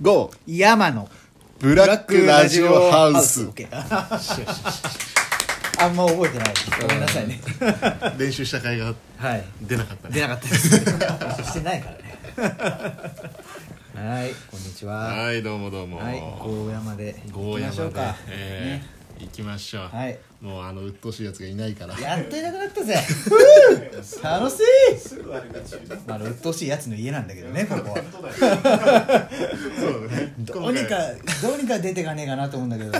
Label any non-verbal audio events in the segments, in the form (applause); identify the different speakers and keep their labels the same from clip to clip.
Speaker 1: GO!
Speaker 2: 山の
Speaker 1: ブラックラジオハウ
Speaker 2: オ
Speaker 1: ス
Speaker 2: ッケーよしよしよしあんま覚えてないごめんなさいね
Speaker 1: 練習した回が
Speaker 2: はい
Speaker 1: 出なかった
Speaker 2: 出
Speaker 1: ね
Speaker 2: なかったですしてないからねはいこんにちは
Speaker 1: はいどうもどうも、
Speaker 2: はいゴーヤまで行
Speaker 1: ゴ
Speaker 2: き
Speaker 1: ーヤ
Speaker 2: ましょう
Speaker 1: ま
Speaker 2: か
Speaker 1: で、え
Speaker 2: ね
Speaker 1: ー行きましょう、
Speaker 2: はい
Speaker 1: もうあの鬱陶しいやつがいないから
Speaker 2: やっといなくなった
Speaker 1: (laughs)
Speaker 2: ぜ楽しいまああの鬱陶しいやつの家なんだけどねここは
Speaker 1: そうだね
Speaker 2: どうにかどうにか出てかねえかなと思うん
Speaker 1: (laughs)
Speaker 2: だけど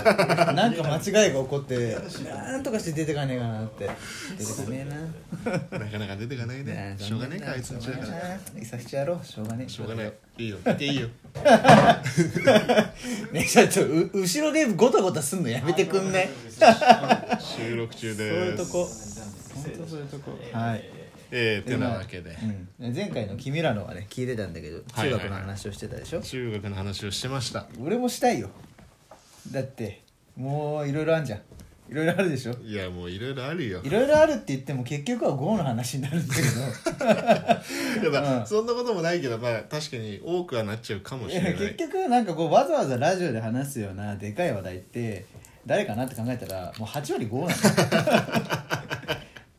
Speaker 2: なんか間違いが起こってなんとかして出てかねえかなって出てかね
Speaker 1: 今回なかなか出てかない
Speaker 2: えな
Speaker 1: ね
Speaker 2: ねえ
Speaker 1: しょうがねえかあいつんちだか
Speaker 2: しょうが
Speaker 1: ら
Speaker 2: ねえな伊佐吉やろうしょうがねえ
Speaker 1: しょうがないいいよ見ていいよ
Speaker 2: ねえちょっとう後ろでゴタゴタすんのやめてくん
Speaker 1: (laughs)
Speaker 2: ね
Speaker 1: 収録中
Speaker 2: そうい
Speaker 1: で
Speaker 2: う
Speaker 1: す
Speaker 2: とこ本当そういうとこはい
Speaker 1: えー、てなわけで、
Speaker 2: うん、前回の君らのはね聞いてたんだけど
Speaker 1: は
Speaker 2: 中
Speaker 1: いはいはい
Speaker 2: 学の話をしてたでしょ、
Speaker 1: 中学の話をしてました
Speaker 2: 俺もしたいよだってもういろいろあんじゃんいろいろあるでしょ
Speaker 1: いやもういろいろある
Speaker 2: (laughs)
Speaker 1: よ
Speaker 2: いろいろあるって言っても結局は GO の話になるんだけど
Speaker 1: いやまあ
Speaker 2: うん
Speaker 1: そんなこともないけどまあ確かに多くはなっちゃうかも
Speaker 2: い
Speaker 1: しれな
Speaker 2: や
Speaker 1: い
Speaker 2: 結局なんかこうわざわざラジオで話すようなでかい話題って誰かなって考えたらもう8割 GO なんだ8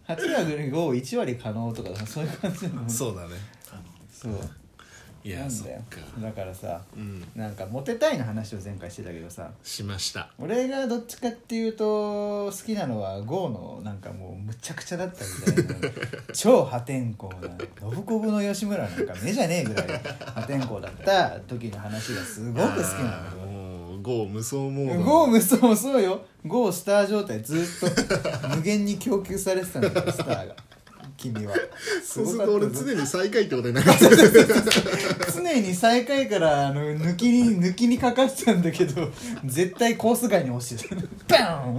Speaker 2: 割 GO1 割可能とかそういう感じなの
Speaker 1: そうだね
Speaker 2: そう
Speaker 1: い
Speaker 2: い
Speaker 1: や
Speaker 2: なん
Speaker 1: そっ
Speaker 2: だよ
Speaker 1: か
Speaker 2: だからさ
Speaker 1: うん
Speaker 2: なんかモテたいの話を前回してたけどさ
Speaker 1: しました
Speaker 2: 俺がどっちかっていうと好きなのは GO のなんかもうむちゃくちゃだったみたいな超破天荒な信子の吉村なんか目じゃねえぐらい破天荒だった時の話がすごく好きな
Speaker 1: あー
Speaker 2: の
Speaker 1: もうゴー無双モード
Speaker 2: GO 無双もそうよ GO スター状態ずっと無限に供給されてたんだよスターが君は
Speaker 1: そう
Speaker 2: ご
Speaker 1: する
Speaker 2: か
Speaker 1: と俺
Speaker 2: ったぞ
Speaker 1: 常に最下位ってことになるそ
Speaker 2: 常に最下位からあの抜きに抜きにかかってたんだけど絶対コース外に落ちてたバーン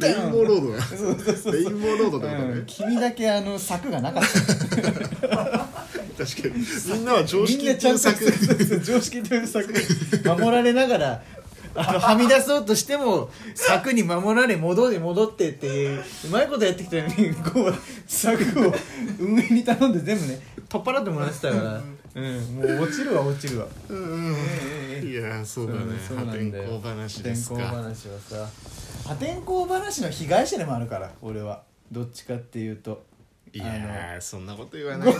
Speaker 1: レインボーロードだ
Speaker 2: そうそうそう
Speaker 1: レインボーロードってこと
Speaker 2: う
Speaker 1: ね
Speaker 2: ん、君だけあの柵がなかった
Speaker 1: 確かにみんなは (laughs) 常識
Speaker 2: みんな
Speaker 1: って
Speaker 2: ちゃ
Speaker 1: い
Speaker 2: ん
Speaker 1: う
Speaker 2: と
Speaker 1: 策
Speaker 2: (laughs) そうそう常識という柵に守られなが
Speaker 1: (laughs)
Speaker 2: らあのはみ出そうとしても柵に守られ戻り戻ってっていううまいことやってきたのにこう柵を (laughs) 運営に頼んで全部ね取っ払ってもらってたから、うん、もう落ちるわ落ちるわ
Speaker 1: うんうん
Speaker 2: え
Speaker 1: いやーそうだね
Speaker 2: そう
Speaker 1: 破
Speaker 2: なん
Speaker 1: 天
Speaker 2: だよ
Speaker 1: 荒話です
Speaker 2: 破天荒
Speaker 1: か
Speaker 2: 話はさ破天荒話の被害者でもあるから俺はどっちかっていうと
Speaker 1: い
Speaker 2: あの
Speaker 1: やーそんなこと言
Speaker 2: (laughs)
Speaker 1: わないでよ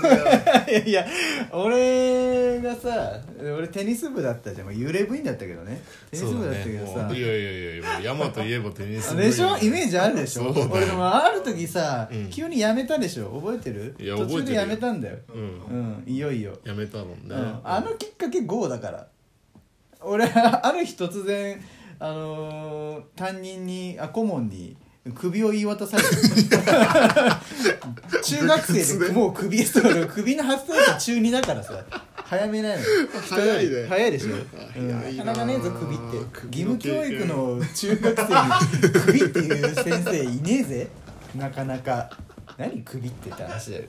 Speaker 2: いやいや俺がさ俺テニス部だったじゃんまあ幽霊部員だったけどねテニス部だったけど
Speaker 1: そうだね
Speaker 2: さ、
Speaker 1: もういやいやいやいやもう山といえばテニス
Speaker 2: あ
Speaker 1: 部
Speaker 2: れでしょイメージあるでし
Speaker 1: そ
Speaker 2: ょ
Speaker 1: うだよ
Speaker 2: 俺でもある時さ、
Speaker 1: うん
Speaker 2: 急にやめたでしょ覚えてる
Speaker 1: いや
Speaker 2: 途中でや
Speaker 1: 覚えてるよ
Speaker 2: めたんだよ、
Speaker 1: う
Speaker 2: うん、
Speaker 1: ん
Speaker 2: いよいよ、
Speaker 1: やめたもんね
Speaker 2: うん、あのきっかけ GO だから俺ある日突然あのー担任にあ顧問に首を言い渡され
Speaker 1: (laughs)
Speaker 2: た中学生でもう首そう首の発生が中2だからさ早めなの
Speaker 1: 早いね
Speaker 2: 早いでしょ、うん
Speaker 1: 早いな
Speaker 2: なかなかねえぞ首って義
Speaker 1: 首の
Speaker 2: 務
Speaker 1: 経験
Speaker 2: 教育の中学生に首っていう先生いねえぜなかなか何首ってって話だよ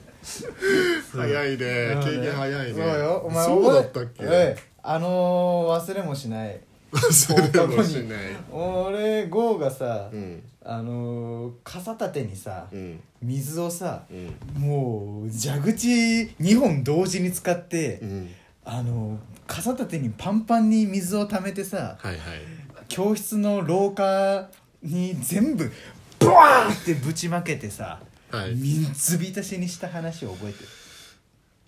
Speaker 1: 早いね経験早いね
Speaker 2: そうよお前
Speaker 1: そうだったっけ
Speaker 2: 覚えおいあのー忘れもしない
Speaker 1: 忘れもしない
Speaker 2: 俺ゴーがさ、
Speaker 1: うん
Speaker 2: あのー傘立てにさ、
Speaker 1: うん
Speaker 2: 水をさ
Speaker 1: う、ん
Speaker 2: もう蛇口2本同時に使って、
Speaker 1: うん
Speaker 2: あのー傘立てにパンパンに水を溜めてさ
Speaker 1: はいはい
Speaker 2: 教室の廊下に全部ブワーってぶちまけてさ、
Speaker 1: はい
Speaker 2: 水浸しにした話を覚えて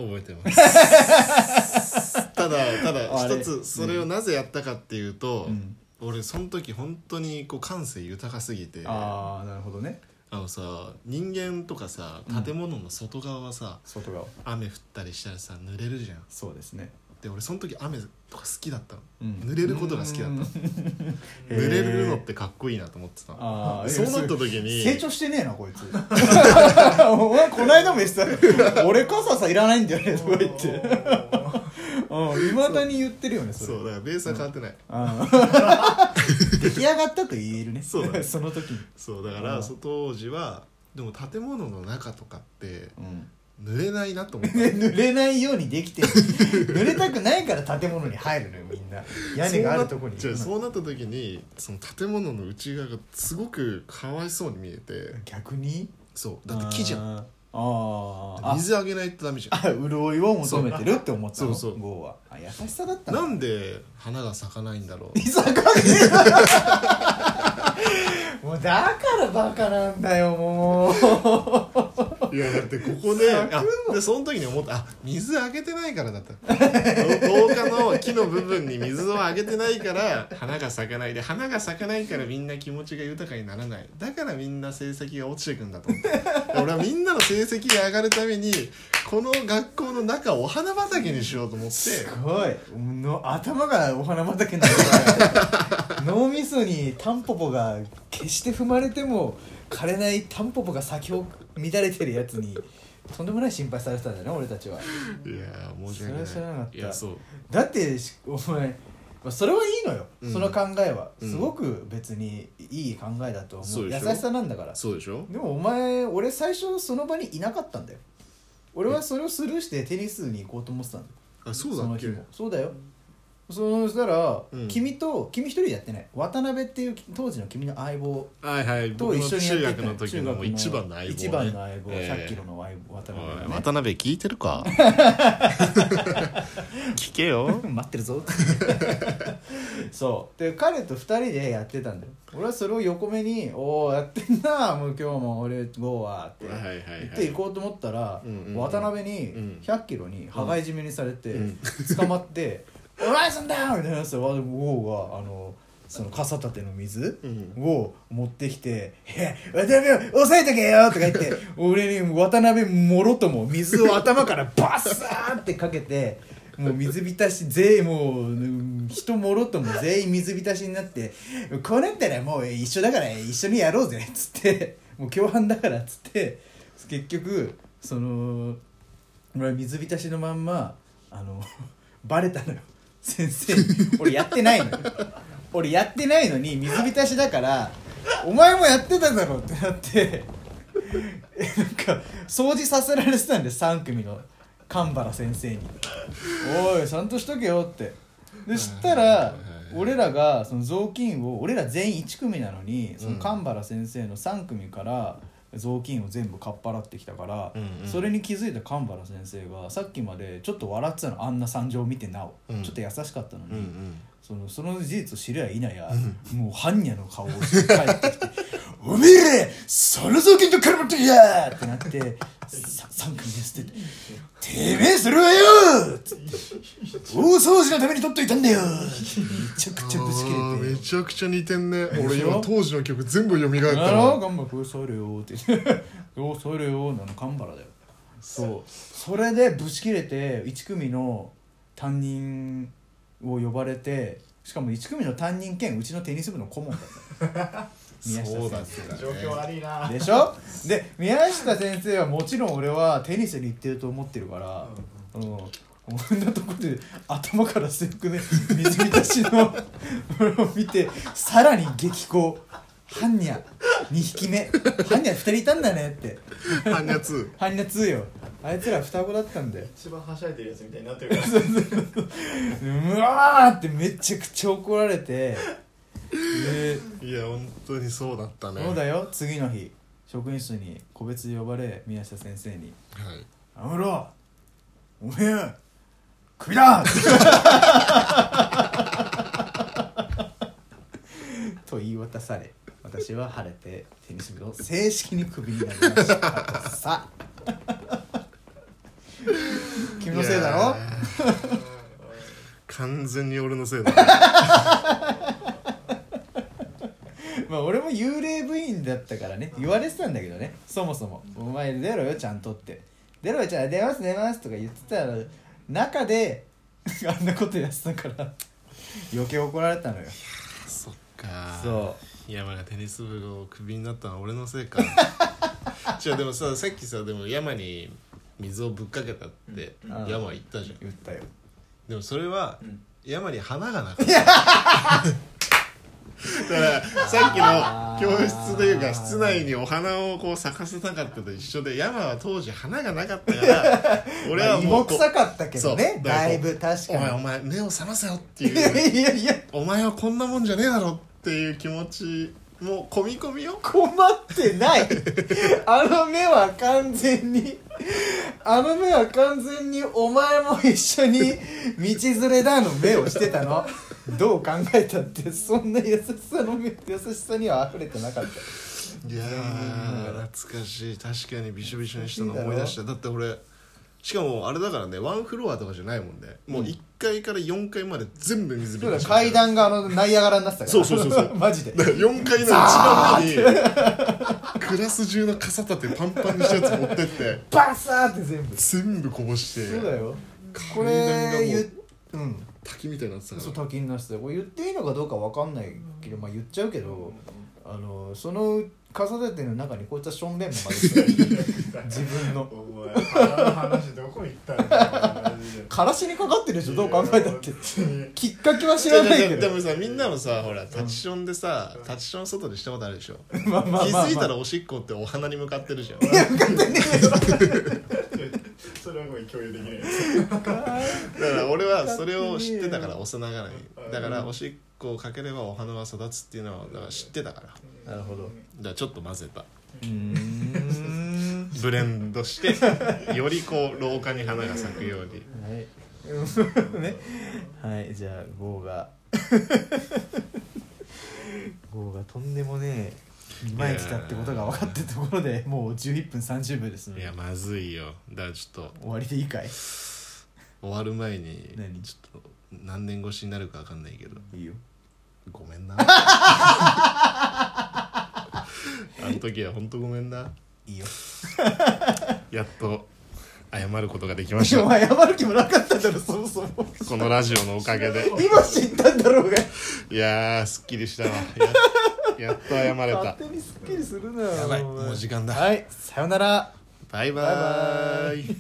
Speaker 2: る
Speaker 1: 覚えてます
Speaker 2: (laughs)
Speaker 1: ただただ
Speaker 2: あれ
Speaker 1: 一つそれをなぜやったかっていうと、
Speaker 2: うん
Speaker 1: 俺その時本当にこう感性豊かすぎてあ
Speaker 2: ああなるほどね
Speaker 1: のさ人間とかさ建物の外側はさ、
Speaker 2: 外側
Speaker 1: 雨降ったりしたらさ濡れるじゃん
Speaker 2: そうですね
Speaker 1: で俺その時雨とか好きだったの、
Speaker 2: うん
Speaker 1: 濡れることが好きだったの
Speaker 2: うん
Speaker 1: 濡れるのってかっこいいなと思ってた
Speaker 2: あ
Speaker 1: の
Speaker 2: ー
Speaker 1: そうなった時に
Speaker 2: 成長してねえなこいつ (laughs) お前こないだも言ってた俺傘さいらないんだよねとか言っていまだに言ってるよねそれ
Speaker 1: そうだからベースは変わってない、
Speaker 2: あ
Speaker 1: (laughs)
Speaker 2: ー出来上がったと言えるね
Speaker 1: そうだ
Speaker 2: (laughs)
Speaker 1: ね
Speaker 2: その時に、
Speaker 1: そうだか
Speaker 2: う
Speaker 1: ら
Speaker 2: ん
Speaker 1: そ当時はでも建物の中とかって
Speaker 2: うん
Speaker 1: 濡れないなと思った
Speaker 2: で濡れないようにできてる濡れたくないから建物に入るのよみんな屋根があるとこに
Speaker 1: そうなじゃあそうなった時にその建物の内側がすごくかわいそうに見えて
Speaker 2: 逆に
Speaker 1: そうだって木じゃん
Speaker 2: んあーあ
Speaker 1: 水あげないとダメじゃ
Speaker 2: あ潤いを求めてるって思ったの
Speaker 1: そうそう
Speaker 2: ゴーはあ優しさだった
Speaker 1: んな
Speaker 2: の
Speaker 1: んで花が咲かないんだろ
Speaker 2: 居酒屋 (laughs) もうだからバカなんだよもう
Speaker 1: ういやだってここで
Speaker 2: 咲く
Speaker 1: (laughs) あでその時に思ったあ水あげてないからだった (laughs) 廊下の木の部分に水をあげてないから花が咲かないで花が咲かないからみんな気持ちが豊かにならないだからみんな成績が落ちてくんだと思って俺はみんなの成績が上がるためにこの学校の中をお花畑にしようと思 (laughs) って
Speaker 2: すごいの頭がお花畑になるから脳みそにタンポポが決して踏まれても枯れないタンポポが先を乱れてるやつにとんでもない心配されてたんだよね俺たちはい
Speaker 1: やー申し訳ない
Speaker 2: それは知らなかった
Speaker 1: いやそう
Speaker 2: だってしお前まあそれはいいのよ、
Speaker 1: うん
Speaker 2: その考えは、
Speaker 1: うん
Speaker 2: すごく別にいい考えだと思
Speaker 1: そう
Speaker 2: う
Speaker 1: で
Speaker 2: 優
Speaker 1: し
Speaker 2: し
Speaker 1: ょ
Speaker 2: さなんだから
Speaker 1: そうでしょ
Speaker 2: でもお前俺最初その場にいなかったんだよ俺はそれをスルーしてテニスに行こうと思ってたんだよ
Speaker 1: あそうだ
Speaker 2: の
Speaker 1: っ
Speaker 2: 日
Speaker 1: け
Speaker 2: もそうだよそうしたら、
Speaker 1: うん
Speaker 2: 君と君一人でやってない渡辺っていう当時の君の相棒
Speaker 1: はいはい
Speaker 2: と
Speaker 1: 僕
Speaker 2: 一
Speaker 1: の
Speaker 2: 緒に
Speaker 1: 中
Speaker 2: やってた
Speaker 1: 学の時のもう一番の相棒、ね、
Speaker 2: 一番の相棒、
Speaker 1: ええ
Speaker 2: 100キロの相棒渡辺
Speaker 1: おい
Speaker 2: がね
Speaker 1: 渡辺聞いてる
Speaker 2: (laughs)
Speaker 1: か聞けよ
Speaker 2: 待ってるぞ (laughs) そうで彼と2人でやってたんだよ俺はそれを横目に「おおやってんなもう今日も俺ゴーは」って
Speaker 1: はいはいはい
Speaker 2: 行って行こうと思ったら、
Speaker 1: うんうんうん
Speaker 2: 渡辺に
Speaker 1: うん
Speaker 2: 100キロに羽交い締めにされて、
Speaker 1: うん
Speaker 2: 捕まって (laughs) 「おらすんだよ!」みたいなやつでゴーがあのその傘立ての水
Speaker 1: うん
Speaker 2: を持ってきて「え渡辺を押さえとけよ!」とか言って
Speaker 1: (laughs)
Speaker 2: 俺に渡辺もろとも水を頭からバッサーってかけて。もう水浸し全員もううん人もろとも全員水浸しになって「こうなったらもう一緒だから一緒にやろうぜ」っつって「もう共犯だから」っつって結局その俺は水浸しのまんまあの (laughs) バレたのよ先生に俺やってないのよ俺やってないのに水浸しだからお前もやってただろってなってえなんか掃除させられてたんで3組の神原先生に「おいちゃんとしとけよ」ってで知ったら俺らがその雑巾を俺ら全員1組なのにその神原先生の3組から雑巾を全部かっぱらってきたから、
Speaker 1: うんうん
Speaker 2: それに気づいた神原先生がさっきまでちょっと笑ってたのあんな惨状を見てなお、
Speaker 1: うん
Speaker 2: ちょっと優しかったのに、
Speaker 1: うんうん
Speaker 2: そのその事実を知りゃいなや、もう般若の顔をして帰ってきて「 (laughs) おめえらその雑巾と絡まってきや!」ってなって「さ三組です」って「てめえそれはよ!」つって「大掃除のために取っといたんだよ!」めちゃくちゃぶち切
Speaker 1: あー
Speaker 2: れ
Speaker 1: め
Speaker 2: て。
Speaker 1: ちゃくちゃ似てんね
Speaker 2: で
Speaker 1: 俺
Speaker 2: しょ
Speaker 1: 今当時の曲全部蘇った
Speaker 2: なろ
Speaker 1: わ
Speaker 2: 頑張れそれよって (laughs) 言って「どうそれよ」なの神原だよそうそれでぶち切れて1組の担任を呼ばれてしかも1組の担任兼うちのテニス部の顧問だった宮
Speaker 1: そうだ
Speaker 2: 下
Speaker 1: っ
Speaker 2: 先
Speaker 1: たね
Speaker 3: 状況悪いな
Speaker 2: 生でしょで宮下先生はもちろん俺はテニスに行ってると思ってるから、うん、こんなとこで頭から制服で水浸しの俺を見てさらに激高般若2匹目般若2人いたんだねって
Speaker 1: 般若2
Speaker 2: 般若2よあいつら双子だったんだよ
Speaker 3: 一番はしゃいでるやつみたいになってるから
Speaker 2: (laughs) うわーってめちゃくちゃ怒られてで
Speaker 1: いや本当にそうだったね
Speaker 2: そうだよ次の日職員室に個別で呼ばれ宮下先生に
Speaker 1: はい
Speaker 2: 「やめろおめえ首だ!」 (laughs) と言い渡され私は晴れてテニス部を正式にクビになりましたとさ (laughs) 君のせいだろ
Speaker 1: やー完全に俺のせ
Speaker 2: (laughs)
Speaker 1: いだ
Speaker 2: まあ俺も幽霊部員だったからね言われてたんだけどねそもそも「お前出ろよちゃんと」って「出ろよちゃん出ます出ます」とか言ってたら中で (laughs) あんなことやってたから余計怒られたのよ
Speaker 1: そっか
Speaker 2: そう
Speaker 1: 山がテニス部をクビになったのは俺のせ
Speaker 2: (laughs)
Speaker 1: いかじゃあでもささっきさでも山に水をぶっかけたって
Speaker 2: うん
Speaker 1: 山は言ったじゃん
Speaker 2: 言ったよ
Speaker 1: でもそれは
Speaker 3: うん
Speaker 1: 山に花がなかっただからさっきの教室というか室内にお花をこう咲かせたかったと一緒で山は当時花がなかったから
Speaker 2: (laughs)
Speaker 1: 俺は
Speaker 2: まあ
Speaker 1: もう
Speaker 2: 芋
Speaker 1: こう
Speaker 2: 臭かったけど
Speaker 1: そ
Speaker 2: ね
Speaker 1: う
Speaker 2: だいぶ確
Speaker 1: お前
Speaker 2: か
Speaker 1: お前目を覚ませよって
Speaker 2: にい
Speaker 1: いう
Speaker 2: やいやいや
Speaker 1: お前はこんなもんじゃねえだろっていう気持ちもう込み込みよ
Speaker 2: 困ってないあの目は完全にあの目は完全にお前も一緒に道連れだの目をしてたのどう考えたってそんな優しさの目優しさには溢れてなかった
Speaker 1: いやー懐かしい確かにびしょびしょにしたの思い出しただって俺しかもあれだからねワンフロアとかじゃないもんねもう1階から4階まで全部水び
Speaker 2: そ
Speaker 1: っ
Speaker 2: う
Speaker 1: か
Speaker 2: だ階
Speaker 1: り (laughs)
Speaker 2: 段があのナイアガラになってたから
Speaker 1: そうそうそうそ
Speaker 2: (laughs)
Speaker 1: う
Speaker 2: マジで
Speaker 1: だから4階の一番上にクラス中の傘立てパンパンにしたやつ持ってって
Speaker 2: バサーって全部
Speaker 1: 全部こぼして
Speaker 2: そうだよこ
Speaker 1: 階段がも
Speaker 2: れ
Speaker 1: う
Speaker 2: 言っうん
Speaker 1: 滝みたいになってたか
Speaker 2: そう
Speaker 1: ら
Speaker 2: 滝になしてたこれ言っていいのかどうかわかんないけどまあ言っちゃうけどあのその傘立ての中にこういったしょんべんも混ぜてた自分の
Speaker 3: お前腹の話どこ行ったんだよマジで
Speaker 2: からしにかかってるでしょどう考えたって
Speaker 3: いや本
Speaker 2: きっかけは知らないけ
Speaker 1: で
Speaker 2: ど
Speaker 1: もさみんなもさほらタッチションでさ、タッチション外でしたことあるでしょ、
Speaker 2: まあまあまあ
Speaker 1: 気づいた
Speaker 2: ま
Speaker 1: ら
Speaker 2: あ
Speaker 1: おしっこってお花に向かっ
Speaker 2: (laughs)
Speaker 1: てるじゃん
Speaker 3: 当にそれはもう共有できないよ
Speaker 1: だから俺はそれを知ってたから幼ながらにだからおしっこをかければお花は育つっていうのはだから知ってたからだ
Speaker 2: な
Speaker 1: か
Speaker 2: るほどう
Speaker 1: らちょっと混ぜた
Speaker 2: ーん
Speaker 1: ブレンド (laughs) してよりこう廊下に花が咲くように
Speaker 2: はい (laughs) うんねはいじゃあゴー
Speaker 1: (laughs)
Speaker 2: がゴーがとんでもねえいまいちだってことが分かってところでもう11分30秒ですの
Speaker 1: い
Speaker 2: で
Speaker 1: やまずいよだからちょっと
Speaker 2: 終わりでいいかい
Speaker 1: 終わる前に
Speaker 2: 何
Speaker 1: ちょっと何年越しになるか分かんないけど
Speaker 2: いいよ
Speaker 1: ごめん (laughs) なあの時は本当ごめんない
Speaker 2: い (laughs) よ
Speaker 1: やっと謝ることができまし
Speaker 2: で
Speaker 1: た
Speaker 2: も謝る気もなかっただろそもそも
Speaker 1: このラジオのおかげで
Speaker 2: (laughs) 今知ったんだろうが
Speaker 1: いやーすっきりしたわややっと謝れた
Speaker 2: 勝手にすっきりするなよ
Speaker 1: やばい
Speaker 2: お前
Speaker 1: もう時間だ
Speaker 2: はいさよなら
Speaker 1: バイバーイ